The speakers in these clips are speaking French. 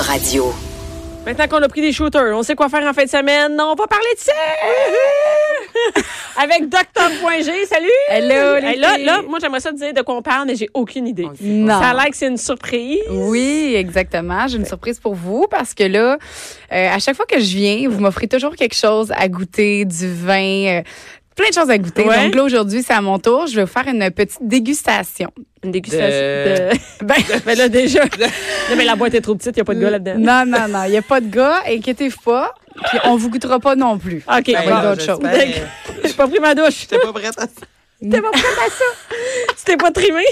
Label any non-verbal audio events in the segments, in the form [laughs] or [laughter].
Radio. Maintenant qu'on a pris des shooters, on sait quoi faire en fin de semaine. On va parler de ça! [laughs] Avec Docteur.g. Salut! Hello, les Hey, là, filles. là, moi, j'aimerais ça te dire de quoi on parle, mais j'ai aucune idée. Non. Ça a l'air que c'est une surprise. Oui, exactement. J'ai une surprise pour vous parce que là, euh, à chaque fois que je viens, vous m'offrez toujours quelque chose à goûter, du vin, euh, plein de choses à goûter. Ouais. Donc là, aujourd'hui, c'est à mon tour. Je vais vous faire une petite dégustation. Une dégustation. De- de- [laughs] Ben, mais là, [laughs] déjà. non, mais la boîte est trop petite, il n'y a pas de gars là-dedans. [laughs] non, non, non. Il n'y a pas de gars. Inquiétez-vous pas. Puis on vous goûtera pas non plus. OK, Ben, bon, va d'autres choses. j'espère. j'ai pas pris ma douche. J'étais pas prête à ça. T'es pas prête à ça? [laughs] tu t'es pas trimé?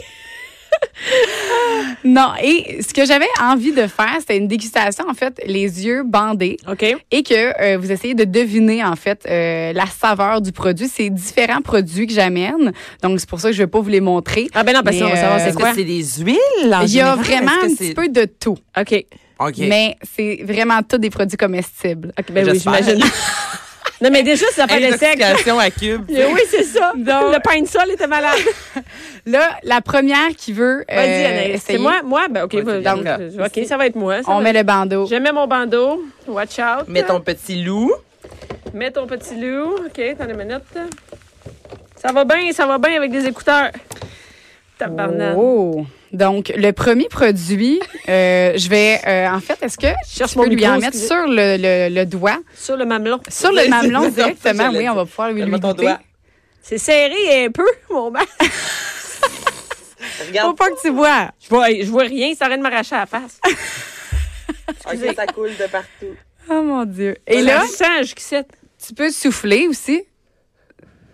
Non. Et ce que j'avais envie de faire, c'était une dégustation, en fait, les yeux bandés. OK. et que euh, vous essayez de deviner en fait euh, la saveur du produit. C'est différents produits que j'amène, donc c'est pour ça que je vais pas vous les montrer. Ah, ben non, parce que Mais, on va savoir c'est euh, Est-ce que quoi. c'est des huiles? Ah, en Il y a général? vraiment Est-ce que un c'est- petit peu de tout, OK. OK. mais c'est vraiment tout des produits comestibles. OK, ben oui, J'espère. j'imagine. [laughs] non, mais déjà, c'est affaire de sexe. Intoxication à cube. tu sais. Oui, c'est ça. Le pain de sol était malade. Là, la première qui veut euh, Vas-y, Anaïs. C'est essayer, moi? Moi? Ben, OK. Ouais, vas- c'est bien. donc, OK, ça va être moi. ça on va- met le bandeau. Je mets mon bandeau. Watch out. Mets ton petit loup. Mets ton petit loup. OK, attends une minute. Ça va bien, ça va bien avec des écouteurs. Tabarnak. Oh. Donc, le premier produit, euh, je vais, euh, en fait, est-ce que cherche je mon peux lui micro, en mettre excusez. sur le, le- le doigt? Sur le mamelon. Sur le mamelon C'est ça, directement, j'allais oui, on va pouvoir lui, Mets lui ton goûter. doigt. C'est serré un peu, [laughs] mon masque. Faut Regarde. pas que tu vois. Je vois, je vois rien, ça arrête de m'arracher à la face. OK, ça coule de partout. Oh mon Dieu. Et Ça là, sent jusqu'ici. Tu peux souffler aussi.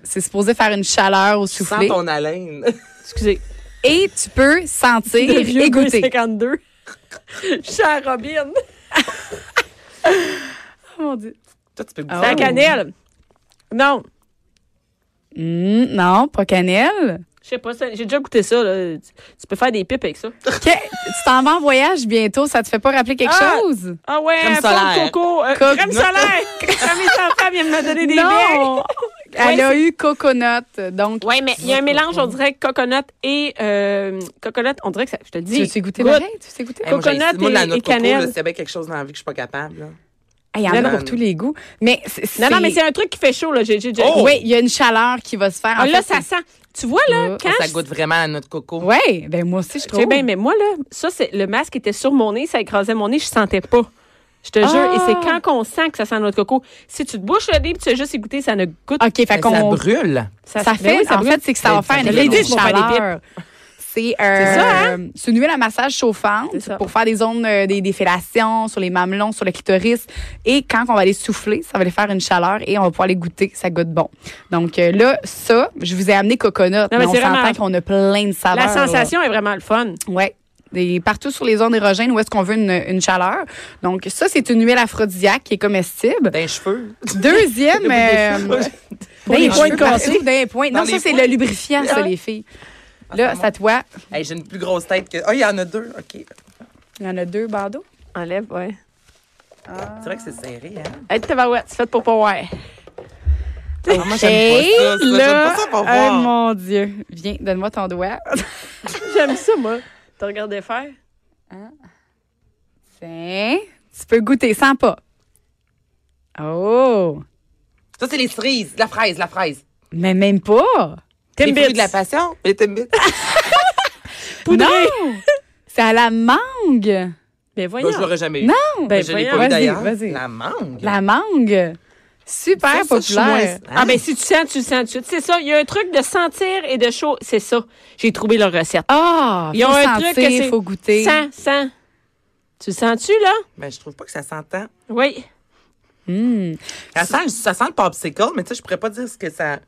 C'est supposé faire une chaleur au Sans souffler. ton haleine. Excusez. Et tu peux [laughs] sentir et goûter. 52. Je suis à Robin. Oh mon Dieu. [laughs] Toi, tu peux goûter. Ah C'est à ouais. ça. cannelle. Non. Hmm, non, pas cannelle. Je sais pas, ça- j'ai déjà goûté ça. Là. Tu tu peux faire des pipes avec ça. Que- tu t'en vas en voyage bientôt, ça te fait pas rappeler quelque Ah! chose? Ah ouais, Crème crème solaire. solaire. coco. euh, Coco- crème solaire. [laughs] Comme mes enfants viennent me donner des becs. non! Elle Ouais, a c'est- eu coconut, donc... Oui, mais il y a un mélange, on dirait coconut et euh, coconut, on dirait que ça, je te dis. Tu sais goûter Goûte. pareil? Tu sais goûter? Hey, moi, j'ai- Coconut moi, et- la noix de et coco, cannelle. là, s'il y a bien quelque chose dans la vie que je suis pas capable. là. Il y en a Non. pour tous les goûts. Mais c'est- Non, non, mais c'est un truc qui fait chaud, là. J'ai, j'ai, j'ai- Oh! Oui, il y a une chaleur qui va se faire. en Ah, là, fait, ça sent. Tu vois, là, Ah, quand. Ça je- goûte vraiment à la noix de coco. Oui, ben moi aussi, je Tu trouve. sais, ben, mais moi, là, ça, c'est, le masque était sur mon nez, ça écrasait mon nez, je sentais pas. Je te Ah! jure, et c'est quand qu'on sent que ça sent la noix de coco. Si tu te bouches le nez puis tu as juste écouté, ça ne goûte pas. OK, fait Mais Ça qu'on brûle. Ah, Ça fait, en fait, c'est que ça va Ben, faire ça une fait des énorme pipes pour faire des chaleur. C'est C'est ça, hein? euh, c'est une huile à massage chauffante C'est ça. pour faire des zones euh, des, des fellations sur les mamelons, sur le clitoris. Et quand on va les souffler, ça va les faire une chaleur et on va pouvoir les goûter. Ça goûte bon. Donc euh, là, ça, je vous ai amené coconut. mais, mais on c'est vraiment- s'entend qu'on a plein de saveurs. La là. sensation est vraiment le fun. Ouais. Des- partout sur les zones érogènes où est-ce qu'on veut une, une chaleur. Donc ça, c'est une huile aphrodisiaque qui est comestible. D'un cheveu. Deuxième... euh, Pour les je points veux de cassé. partout, d'un point. Dans Non, ça, les c'est points. le lubrifiant, ça, Ah. les filles. Là, c'est ça toi. Hey, j'ai une plus grosse tête que. Ah, il y en a deux. OK. Il y en a deux bandeaux. Enlève, ouais. C'est vrai que c'est serré, hein? Hey, tabarouette, c'est fait pour pas voir. Ah, moi, j'aime pas ça. ça. J'aime pas ça pour oh voir. mon Dieu. Viens, donne-moi ton doigt. J'aime ça, moi. T'as regardé faire? Tiens, tu peux goûter sans pas. Oh, Ça, c'est les cerises. La fraise, la fraise. mais même pas. Les fruits Timbits. de la passion. Les timbits. Poudré. Non, c'est à la mangue. Ben Moi, voyons. je l'aurais jamais eu. Non, ben je l'ai voyons. pas eu Vas-y, d'ailleurs. vas-y. La mangue. La mangue. Super Ça, ça, je suis populaire. moins- Hein? Ah ben si tu sens, tu le sens tout de suite. C'est ça, il y a un truc de sentir et de chaud, c'est ça. J'ai trouvé leur recette. Ah, Ils faut ont un sentir, truc que c'est- faut goûter. Sens, sens. Tu le sens-tu là Ben, je trouve pas que ça s'entend. Oui. Hmm. Ça sent, ça sent le popsicle, mais tu sais, je pourrais pas dire ce que ça.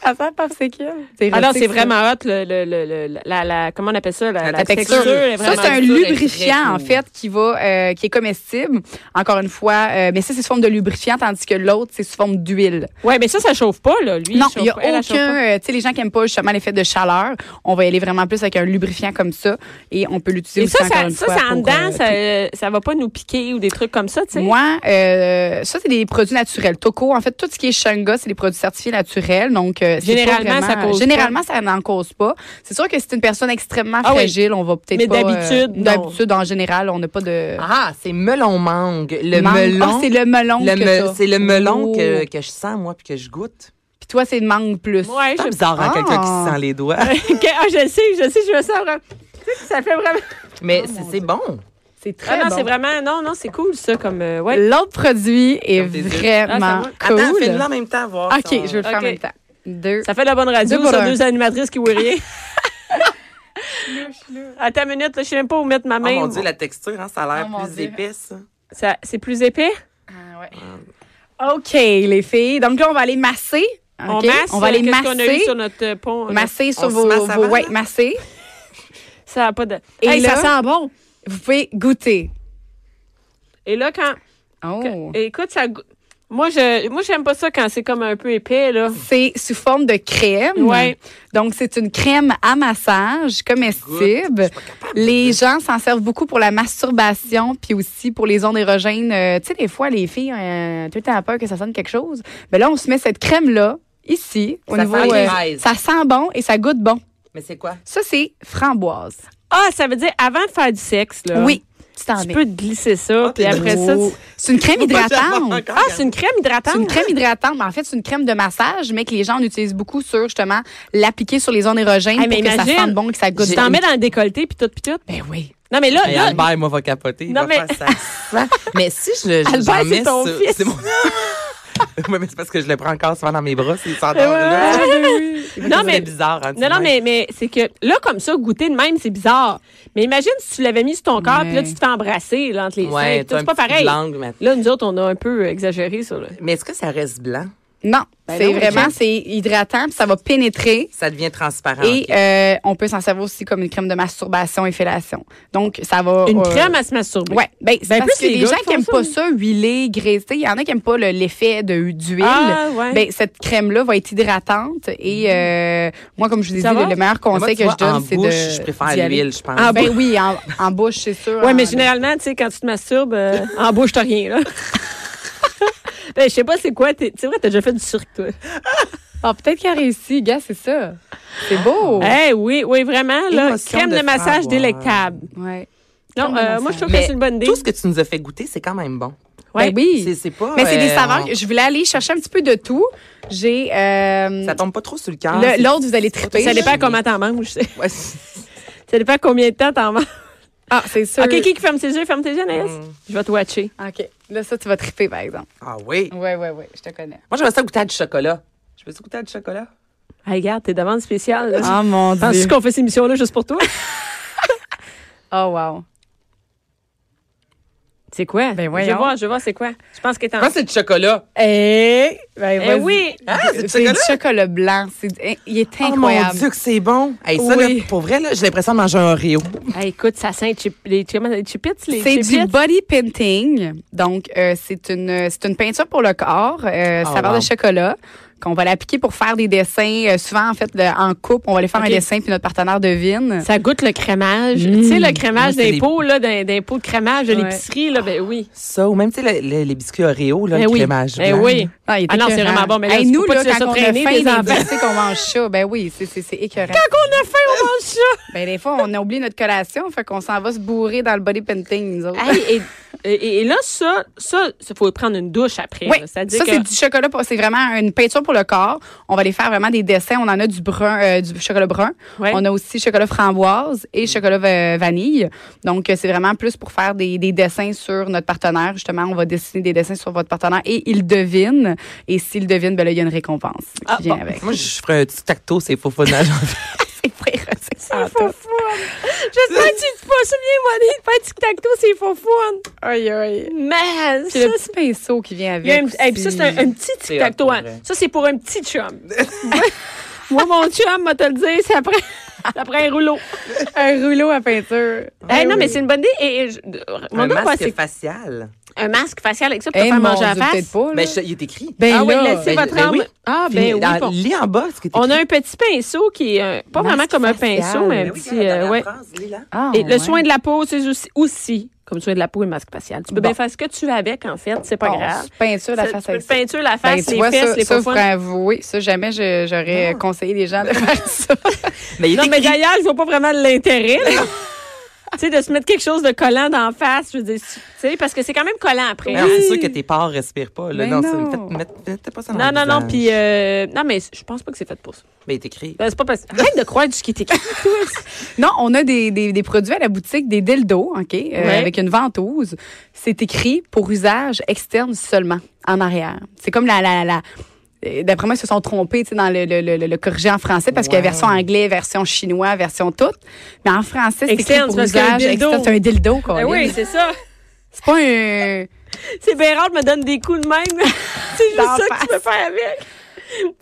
Ça sent popsicle. C'est Ah non, rustique, c'est ça. vraiment hot. Le, le- le- le- la, la- comment on appelle ça? La, La la texture. texture. est Ça, vraiment c'est un dure et lubrifiant, très en doux. fait, qui va, euh, qui est comestible, encore une fois. euh, mais ça, c'est sous forme de lubrifiant, tandis que l'autre, c'est sous forme d'huile. Ouais, mais ça, ça chauffe pas, là. Lui, non, chauffe il n'y a pas. Elle, elle chauffe aucun... euh, tu sais, les gens qui n'aiment pas justement l'effet de chaleur, on va y aller vraiment plus avec un lubrifiant comme ça et on peut l'utiliser Et aussi ça, encore ça, une ça, fois ça, en pour, dedans, euh, ça, euh, ça va pas nous piquer ou des trucs comme ça, tu sais. Moi, euh, ça, c'est des produits naturels. Toco, en fait, tout ce qui est Shanga, c'est des produits certifiés naturels. Donc, euh, c'est Généralement, pas vraiment- ça cause Généralement, ça n'en cause pas. C'est sûr que c'est une personne extrêmement Ah oui. fragile. On va peut-être Mais pas. euh, d'habitude, non. D'habitude, en général, on n'a pas de. Ah, c'est melon mangue. Le mangue. melon. Ah, c'est le melon. le que me- t'as. c'est le melon Oh. que, que je sens, moi, puis que je goûte. Puis toi, c'est le mangue plus. Ouais, [laughs] C'est je... bizarre, hein, Ah. quelqu'un qui sent les doigts. Ok, ah, je le sais, je le sais, je me sens vraiment. Tu sais, ça fait vraiment. [laughs] Mais Oh, c'est- c'est bon. C'est très Ah non, bon. c'est vraiment. Non, non, c'est cool, ça, comme. euh, ouais. L'autre produit est Comme des yeux. Ah, vraiment cool. Attends, fais-le en même temps, voir. OK, je vais le faire en Ok. même temps. Deux. Ça fait de la bonne radio, Deux ça, pour un. deux animatrices qui ne [laughs] rien. Attends une minute, là, je sais même pas où mettre ma Oh main. mon Dieu, la texture, hein, ça a Oh, l'air mon plus Dieu. épaisse. Ça- C'est plus épais? Ah, ouais. OK, les filles. Donc là, on va aller masser. Ah. On OK? masse. On va aller euh, qu'est-ce qu'on a eu masser. sur notre euh, pont. Masser sur se vos, masse vos- avant, ouais, là? masser. Ça a pas de. Et Hey, là- ça sent bon. Vous pouvez goûter. Et là, quand. Oh. Écoute, ça. go- Moi, je moi j'aime pas ça quand c'est comme un peu épais, là. C'est sous forme de crème. Ouais. Donc, c'est une crème à massage comestible. Les gens s'en servent beaucoup pour la masturbation, puis aussi pour les ondes érogènes. Euh, tu sais, des fois, les filles, euh, tout le temps à peur que ça sonne quelque chose. Mais là, on se met cette crème-là, ici, au Ça niveau. euh, sent les fraises. ça sent bon et ça goûte bon. Mais c'est [laughs] quoi? Ça, c'est framboise. Ah, ça veut dire avant de faire du sexe, là. Oui. Tu t'en Tu mets. peux glisser ça, Ah, puis t'es après ça. Oh. tu- C'est une [laughs] crème hydratante. Encore, Ah, c'est une crème hydratante. C'est une crème hydratante, mais en fait, c'est une crème de massage, mais que les gens en utilisent beaucoup sur, justement, l'appliquer sur les zones érogènes Hey, pour mais que ça imagine, sente bon, que ça goûte Tu bon. t'en mets dans le décolleté, puis tout, puis tout. Ben oui. Non, mais là, Hey, [laughs] là, Albert, moi, va capoter. Il Non, va mais- [laughs] faire ça. mais si je le. je- Albert, j'en c'est mets ton sur- fils. C'est mon. [laughs] oui, mais c'est parce que je le prends encore souvent dans mes [laughs] bras, s'il s'endort là. Ouais. non, mais. C'est bizarre, hein, tu Non, non, vois. mais, mais c'est que là, comme ça, goûter de même, c'est bizarre. Mais imagine si tu l'avais mis sur ton corps, Ouais. puis là, tu te fais embrasser là, entre les seins, Ouais, puis tout, t'as un C'est pas petit peu de pareil. langue, mais... Là, nous autres, on a un peu euh, exagéré sur le. mais est-ce que ça reste blanc? Non, Ben c'est non, vraiment, mais- c'est hydratant, puis ça va pénétrer. Ça devient Ah, transparent. Et ok. euh, on peut s'en servir aussi comme une crème de masturbation et fellation. Donc, ça va... Une euh, crème à se masturber. Ouais, ben, c'est Ben, plus parce que les les gars gens qui qui aiment font pas ça, ça, huilé, graissé, il y en a qui aiment pas le- l'effet de d'huile. Ah, ouais. Ben, cette crème-là va être hydratante et euh, moi, comme je vous ai dit, Ça va? le meilleur Mais moi, conseil tu que vois, je donne, en c'est bouche, de. Je d'y préfère aller. l'huile, je pense. Ah, ben oui, en, en bouche, c'est sûr. Ouais, en- mais généralement, tu sais, quand tu te masturbes, euh, en bouche, t'as rien, là. [laughs] ben, je sais pas, c'est quoi. t'es- C'est vrai, t'as déjà fait du cirque, toi. Ah, peut-être qu'il a réussi, gars, c'est ça. C'est beau. Eh oui, oui, vraiment, là. Émotion crème de, de massage framboise. délectable. Ouais. Non, Crème de euh, moi, massage. je trouve que Mais c'est une bonne idée. Tout ce que tu nous as fait goûter, c'est quand même bon. Ouais. Ben oui. C'est- c'est pas, Mais c'est des euh, saveurs. on- que Je voulais aller chercher un petit peu de tout. J'ai. euh, Ça tombe pas trop sur le cœur. le- c'est- L'autre, vous allez triper. Ça dépend Génie. comment t'en manges. [laughs] je sais. Ouais, c'est- Ça dépend combien de temps t'en manges. Ah, c'est sûr. OK, qui ferme ses yeux? Ferme tes yeux, Anaïs. Mm. Je vais te watcher. OK. Là, ça, tu vas triper, par exemple. Ah oui. Ouais, ouais, ouais. Je te connais. Moi, j'aimerais ça goûter à du chocolat. Je veux ça goûter à du chocolat? Hey, regarde, tes demandes spéciales. là. Ah, mon Penses-tu qu'on fait ces missions-là juste pour toi? Oh, wow. C'est quoi? Ben Je vais voyons. voir, je vais voir c'est quoi. Je pense qu'elle est Ah. Je en... pense que c'est du chocolat. Eh, ben, Eh vas-y. oui! Ah, c'est du C'est chocolat? du chocolat blanc. C'est- eh, Il est Oh mon incroyable. Dieu que c'est bon. Hey, ça, Oui. là, pour vrai, là, j'ai l'impression de manger un Oreo. Hey, écoute, ça sent les chip- les, comment- les chipettes, les C'est chipettes. du body painting. Donc, euh, c'est une, c'est une peinture pour le corps, euh, Oh, saveur wow. de chocolat, qu'on va l'appliquer pour faire des dessins. Euh, souvent, en fait, le- en couple, on va aller faire Ok. un dessin, puis notre partenaire devine. Ça goûte le crémage. Tu sais, le crémage Moi, c'est des pots, là, d'un d'un pot de crémage de Ouais. l'épicerie, là, ben oui. Ça, ou même, tu sais, le- le- les biscuits Oreo, là, Ben le oui. crémage Ben blanc. oui. il est Ah non, c'est écœurant. vraiment bon, mais là, Hey, tu nous, peux pas là, te laisser quand on a traîner, faim, tes enfants. des sais qu'on mange ça. Ben oui, c'est, c'est, c'est écœurant. On a faim, on mange [laughs] ça! Ben, des fois, on a oublié notre collation, fait qu'on s'en va se bourrer dans le body painting, nous autres. Hey, et, et- et là, ça, ça, il faut prendre une douche après. Oui, là. ça, C'est-à-dire euh, que- c'est du chocolat. pour- C'est vraiment une peinture pour le corps. On va aller faire vraiment des dessins. On en a du brun, euh, du chocolat brun. Ouais. Mm. On a aussi chocolat framboise et chocolat va- vanille. Donc, euh, c'est vraiment plus pour faire des, des dessins sur notre partenaire. Justement, on va dessiner des dessins sur votre partenaire et il devine. Et s'il devine, ben là, il y a une récompense qui Ah, vient bon. [laughs] avec. Moi, je ferais un petit tacto, c'est faux faux de nage. C'est vrai, c'est ça. faux fun. J'espère que tu te pas souviens, moi, de faire tic-tac-toe, c'est faux fun. Aïe, aïe. Mais Puis ça, le petit pinceau qui vient avec. Il y a un, hey, puis ça, aussi. c'est un, un petit hot, tic-tac-toe. pour hein. vrai. Ça, c'est pour un petit chum. [laughs] Moi, mon chum m'a te le dire, c'est [laughs] après, après un rouleau. Un rouleau à peinture. Eh, non, mais c'est une bonne idée. Et, et je- mon Un gars, quoi, masque c'est facial. un masque facial avec ça pour Eh, te faire mon manger à Dieu, face. peut-être pas. là. Mais je- il est écrit. Ben ah oui, là. laissez Ben, votre ben arme. oui. Ah, Fini. ben oui. Ah, pour- Lis en bas ce qui est écrit. On a un petit pinceau qui est un- pas Masque vraiment comme un facial. pinceau, mais un Ben oui, petit. regarde la euh, dernière ouais. phrase, lis-la. Ah, Et le ouais. soin de la peau, c'est aussi, aussi comme soin de la peau et masque facial. Tu peux bien faire ce que tu veux avec, en fait, c'est pas Bon, grave. Peinture la Ça, face tu peux avec te peinture la Ben, face, tu les vois, fesses, ça, les ça, faut poufounes. avouer, ça, jamais je- j'aurais conseillé les gens de [laughs] faire ça. Mais il est Non, mais écrit. d'ailleurs, je vois pas vraiment l'intérêt. [laughs] là. tu sais, de se mettre quelque chose de collant d'en face, je veux dire, tu sais, parce que c'est quand même collant après. Mais non, c'est sûr que tes pores respirent pas. Là. Mais non, non. ça- faites- mettez- mettez pas ça dans hein. Non, le non, non, visage. puis euh, non, mais je pense pas que c'est fait pour ça. Mais il est écrit. Ben, C'est pas parce Arrête de croire du ski [laughs] écrit. Non, on a des, des- des produits à la boutique, des dildos, OK, euh, Ouais. avec une ventouse. C'est écrit pour usage externe seulement, en arrière. C'est comme la... la, la euh, D'après moi, ils se sont trompés tu sais, dans le, le, le, le- le corrigé en français parce qu'il y a Ouais. version anglais, version chinois, version toute. Mais en français, c'est écrit Externe, pour parce qu'il y a un usage dildo. externe. C'est un dildo, quoi. Ben oui, c'est ça. C'est pas un... C'est bien rare de me donne des coups de même. [laughs] c'est juste D'en ça que tu peux faire avec.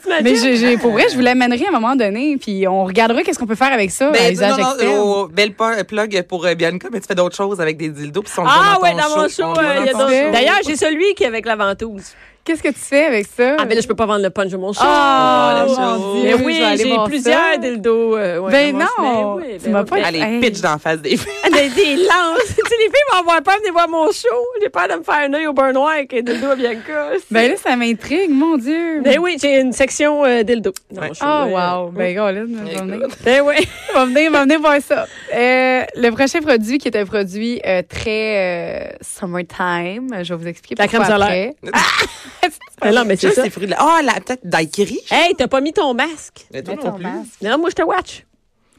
T'imagines? Mais je- je- pour vrai, je vous l'amènerai à un moment donné, puis on regardera qu'est-ce qu'on peut faire avec ça, à Ben, usage non, non, externe. oh, belle po- plug pour euh, Bianca, mais tu fais d'autres choses avec des dildos. Puis ils sont Ah ouais, ton dans mon show, On le voit euh, dans il y a ton d'autres- show. D'ailleurs, j'ai celui qui est avec la ventouse. Qu'est-ce que tu fais avec ça? Ah, mais là, je peux pas vendre le punch de mon show. Ah, Oh, là, mon Dieu, Mais je oui, vais aller j'ai voir ça. plusieurs dildos. euh, ouais, Ben dans mon non, chemin. Oui, tu ben m'as oui, pas- ben- Allez, Hey. pitch d'en face des [laughs] filles. des, des lances. [laughs] tu sais, les filles vont avoir peur de venir voir mon show. J'ai peur de me faire un œil au beurre noir avec un dildo à Bianca. Ben là, ça m'intrigue, mon Dieu. Ben oui, j'ai une section euh, dildo. dans mon Ouais. show, Ah, ouais. wow. Ben, gars, là, on va venir. Ben oui. On va venir, on va venir voir ça. Euh, le prochain produit qui est un produit euh, très euh, summertime, je vais vous expliquer La pourquoi crème après. solaire. Ah, Ben non, mais c'est Juste ça. ces fruits de la. Ah, la- peut-être daiquiri. Hey, t'as pas mis ton masque. Mais toi Mets non ton plus. masque. Non, moi, je te watch.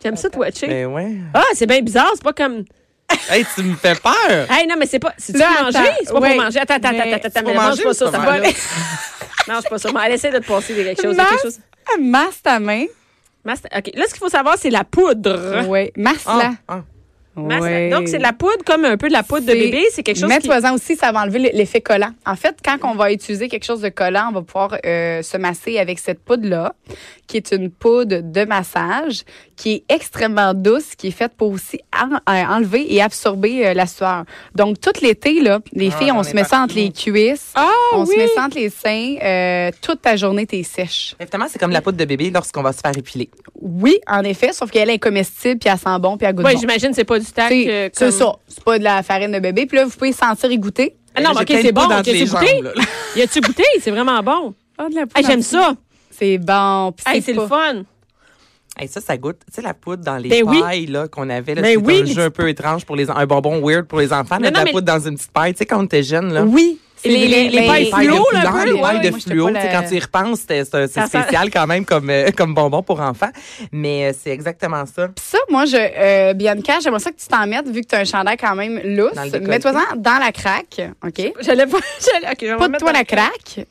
J'aime ça te watcher. Ben ouais. Ah, c'est bien bizarre. C'est pas comme. Hey, tu me fais peur. Hey, non, mais c'est pas. C'est Là, pour manger. attends, C'est pas ouais. pour manger. Attends, attends, Mais attends, attends, c'est attends. Mais pour mange manger pas ou ça. c'est ça pour va manger? aller. [laughs] Mange pas ça. Mais Elle essaie de te passer quelque chose. Quelque Masque. chose. Masse ta Ah, main. Master- OK. Là, ce qu'il faut savoir, c'est la poudre. Oui. Masse Ah, la. ah. Master- Donc, c'est de la poudre comme un peu de la poudre de C'est- bébé. C'est quelque chose qui... Mets-toi-en aussi, ça va enlever le- l'effet collant. En fait, quand on va utiliser quelque chose de collant, on va pouvoir euh, se masser avec cette poudre-là, qui est une poudre de massage, qui est extrêmement douce, qui est faite pour aussi en- euh, enlever et absorber euh, la sueur. Donc, tout l'été, là, les Ah, filles, on j'en se ai met ça partout. entre les cuisses, Ah on oui! se met ça entre les seins, euh, toute ta journée, t'es sèche. Mais Finalement, c'est comme la poudre de bébé lorsqu'on va se faire épiler. Oui, en effet, sauf qu'elle est comestible, puis elle sent bon, puis elle goûte Oui, bon. j'imagine c'est pas du tac. T'sais, euh, C'est comme- ça, c'est pas de la farine de bébé. Puis là, vous pouvez sentir et goûter. Ah non, J'ai mais OK, plein de c'est bon. poudre OK, entre tu les goûté? jambes, là. [laughs] Y a-tu goûté? C'est vraiment bon. Ah, de la Hey, poudre en J'aime ça. C'est bon. Puis Hey, c'est pas- le fun. [laughs] Hey, ça, ça goûte. Tu sais, la poudre dans les Ben oui. pailles là, qu'on avait. Là, Ben c'est oui, un les jeu un peu étrange pour les en- un bonbon weird pour les enfants. Non, mettre non, la mais- poudre dans une petite paille, tu sais, quand on était jeune là. Oui. c'est les- vrai, Ben, les- les mais- pailles pailles de fluo, là, couleur, un peu, les ouais, pailles de moi, j'étais fluo. pas tu sais, la- Quand tu y repenses, c'est c'est- Ça c'est sent- spécial quand même comme, euh, comme bonbon pour enfants. Mais euh, c'est exactement ça. Puis ça, moi, je, euh, Bianca, j'aimerais ça que tu t'en mettes, vu que tu as un chandail quand même lousse. Dans le décolleté. Mets-toi-en dans la craque, OK? J'allais pas. [laughs] j'allais- OK, je vais Pas me de mettre toi dans- la craque.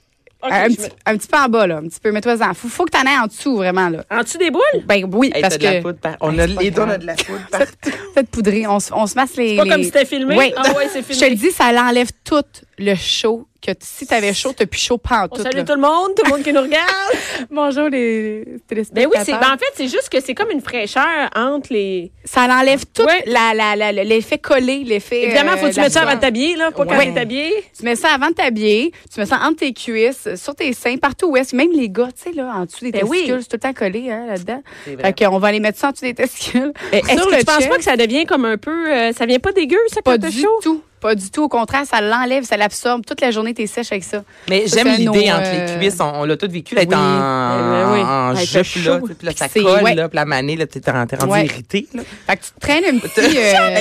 Euh, OK, un, je petit, un petit peu en bas, là. Un petit peu, mets-toi-en. Faut, faut que t'en ailles en dessous, vraiment, là. mets- En dessous des boules? Ben oui, Hey, parce t'as de la que. poudre par- On Hey, a c'est pas les deux, on a grave. de la poudre partout. Faites poudrer. On, se- on se masse les. Pas les- comme si c'était filmé. Ouais. Ah ouais, c'est [laughs] Je te filmé. le dis, ça l'enlève tout le chaud. Que t- si t'avais chaud, t'as plus chaud pas en On tout. salue tout le monde, tout le monde qui nous [laughs] regarde. Bonjour, les Ben téléspectateurs. oui, c'est ben en fait, c'est juste que c'est comme une fraîcheur entre les. Ça l'enlève tout Ouais. la- la- la- la- l'effet collé, l'effet. Évidemment, euh, faut que de tu la mettes ça avant sueur. de t'habiller, là, pas quand Ouais. t'es habillé. Tu mets ça avant de t'habiller, tu mets ça entre tes cuisses, sur tes seins, partout où est-ce que même les gars, tu sais, là, en dessous des Ben oui. testicules, c'est tout le temps collé hein, là-dedans. C'est vrai. Fait qu'on va aller mettre ça en dessous [laughs] des testicules. Est-ce Sur que le tu penses chest, pas que ça devient comme un peu. euh, ça vient pas dégueu, ça, Pas quand t'as du chaud? tout. Pas du tout. Au contraire, ça l'enlève, ça l'absorbe. Toute la journée, t'es sèche avec ça. Mais Ça, j'aime c'est l'idée nos, entre euh, les cuisses. On, on l'a tout vécu, là, être Oui. en, Ben oui. en Ouais, jupe, t'as là, chaud. tu sais, puis là, ça C'est- colle, ouais. là, puis la manée, là, t'es t'es rendu Ouais. irrité. là. Fait que tu te traînes [laughs] un petit. Hey, euh, regarde,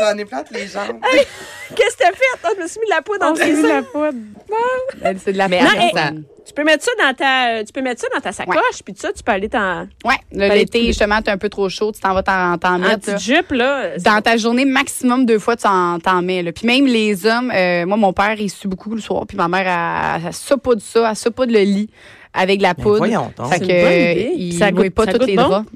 J'en ai plate les jambes. Qu'est-ce que t'as fait? Ah, je me suis mis de la poudre on entre les s'est mis seins. la poudre. Ben, C'est de la Mais poudre. attends, ça- Tu peux mettre ça dans ta, euh, tu peux mettre ça dans ta sacoche, puis ça, tu peux aller t'en, Ouais, là, Fallait l'été, tout- justement, t'es un peu trop chaud, tu t'en vas t'en t'en en mettre. là. petite jupe là. Dans ta journée, maximum deux fois, tu en- t'en mets. là. Puis même les hommes, euh, moi, mon père, il sue beaucoup le soir. Puis ma mère, elle, elle saupoudre ça, elle saupoudre le lit avec la Mais poudre. voyons donc. Fait C'est que, une bonne idée. euh, il Ça mouille goûte- pas ça tous goûte les bon? draps.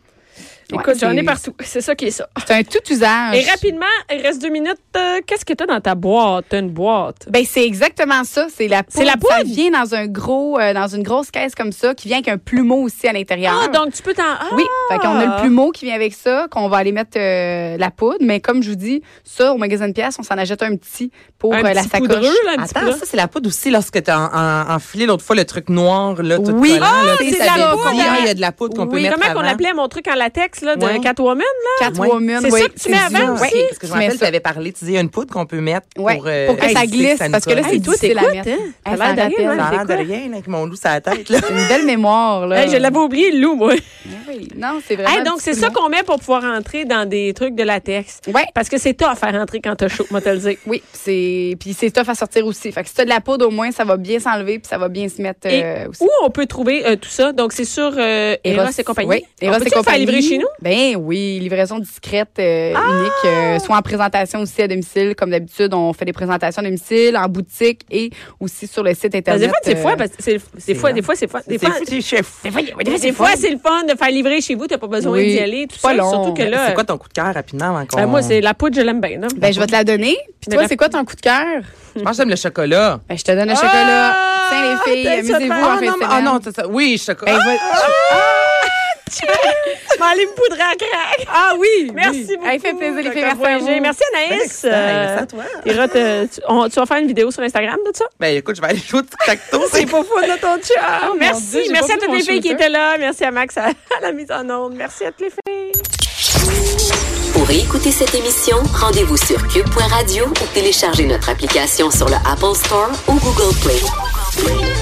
Ouais, Écoute, j'en ai c'est- Ah, partout. [laughs] C'est ça qui est ça. C'est un tout usage. Et rapidement, il reste deux minutes. euh, Qu'est-ce que t'as dans ta boîte? T'as une boîte. Ben c'est exactement ça, c'est la C'est la Ça poudre? vient dans un gros euh, dans une grosse caisse comme ça qui vient avec un plumeau aussi à l'intérieur. Ah, donc tu peux t'en. Ah! Oui, fait qu'on a le plumeau qui vient avec ça, qu'on va aller mettre euh, la poudre. Mais comme je vous dis, ça, au magasin de pièces, on s'en achète un petit pour Un euh, la petit sacoche. poudreux, là, un petit Attends, poudreux. ça, c'est la poudre aussi lorsque t'as en- en- enfilé l'autre fois le truc noir, là, tout Oui. collant, là, c'est tu de sais, la t'avais poudre, dit, hein. Ah, il y a de la poudre qu'on peut Oui, mettre comment qu'on avant. appelait mon truc en latex là, de Ouais. Catwoman? Quatre Ouais. women, C'est oui. ça que tu mets C'est avant du- aussi, aussi? oui, parce que tu je me mets rappelle, tu ça. avais parlé, tu disais, il y a une poudre qu'on peut mettre Ouais, pour, euh, pour que ça hey, glisse, nous parce que là, colle. c'est Hey, tout, c'est la t'écoutes, mettre. hein? Elle T'as s'en l'air de rien, rappelle. Ça là. a l'air de t'écoutes. rien, là, avec mon loup sur la [laughs] tête, là. C'est une belle mémoire, là. Eh Hey, je l'avais oublié, le loup, moi. Oui. Non, c'est vraiment. Hey, donc, c'est ça qu'on. qu'on met pour pouvoir entrer dans des trucs de latex. Oui. Parce que c'est tough à faire entrer quand t'as chaud, moi, te le dire. Oui, puis c'est puis c'est tough à sortir aussi. Fait que si t'as de la poudre au moins, ça va bien s'enlever puis ça va bien se mettre Et euh, aussi. Où on peut trouver euh, tout ça? Donc, c'est sur euh, Eros, et compagnie. Oui, On Eros peut-tu et le faire compagnie. livrer chez nous? Ah! Ben oui, livraison discrète, euh, unique, euh, soit en présentation aussi à domicile. Comme d'habitude, on fait des présentations à domicile, en boutique et aussi sur le site Parce que internet. Des fois, c'est euh, fois, parce que c'est- des fois, des fois, c'est fois, des C'est fois, fou, t'es chef. des fois, des fois, c'est le fun de faire livrer chez vous. T'as pas besoin Oui, d'y aller, tout c'est pas ça. long. Surtout que là, euh, C'est quoi ton coup de cœur rapidement avant qu'on... ben, moi, c'est la poudre, je l'aime bien. là. Ben je vais te la donner. Puis Mais toi, la- c'est quoi ton coup de cœur Je pense que j'aime le chocolat. Ben je te donne le Ah! chocolat. Tiens les filles, T'as le amusez-vous chocolat. Ah, Oh, en fin de non, mais- oh semaine. non, c'est ça. Oui, chocolat. Ah, Ben, va- Je vais aller me poudrer en crack. Ah oui. Merci oui. beaucoup. Hey, fait plaisir les filles, Dr. merci à Boinger. vous. Merci, Ben, Anaïs. excitant, Euh, merci à toi. Ira, te- tu, on- tu vas faire une vidéo sur Instagram de ça? Ben, écoute, je vais aller jouer au tic-tac-toe. c'est pas fou de ton chat. Oh, mon Dieu, Merci. Merci j'ai pas à vu toutes mon les filles qui shooter. étaient là. Merci à Max à, à la mise en onde. Merci à toutes les filles. Pour réécouter cette émission, rendez-vous sur cube.radio ou téléchargez notre application sur le Apple Store ou Google Play.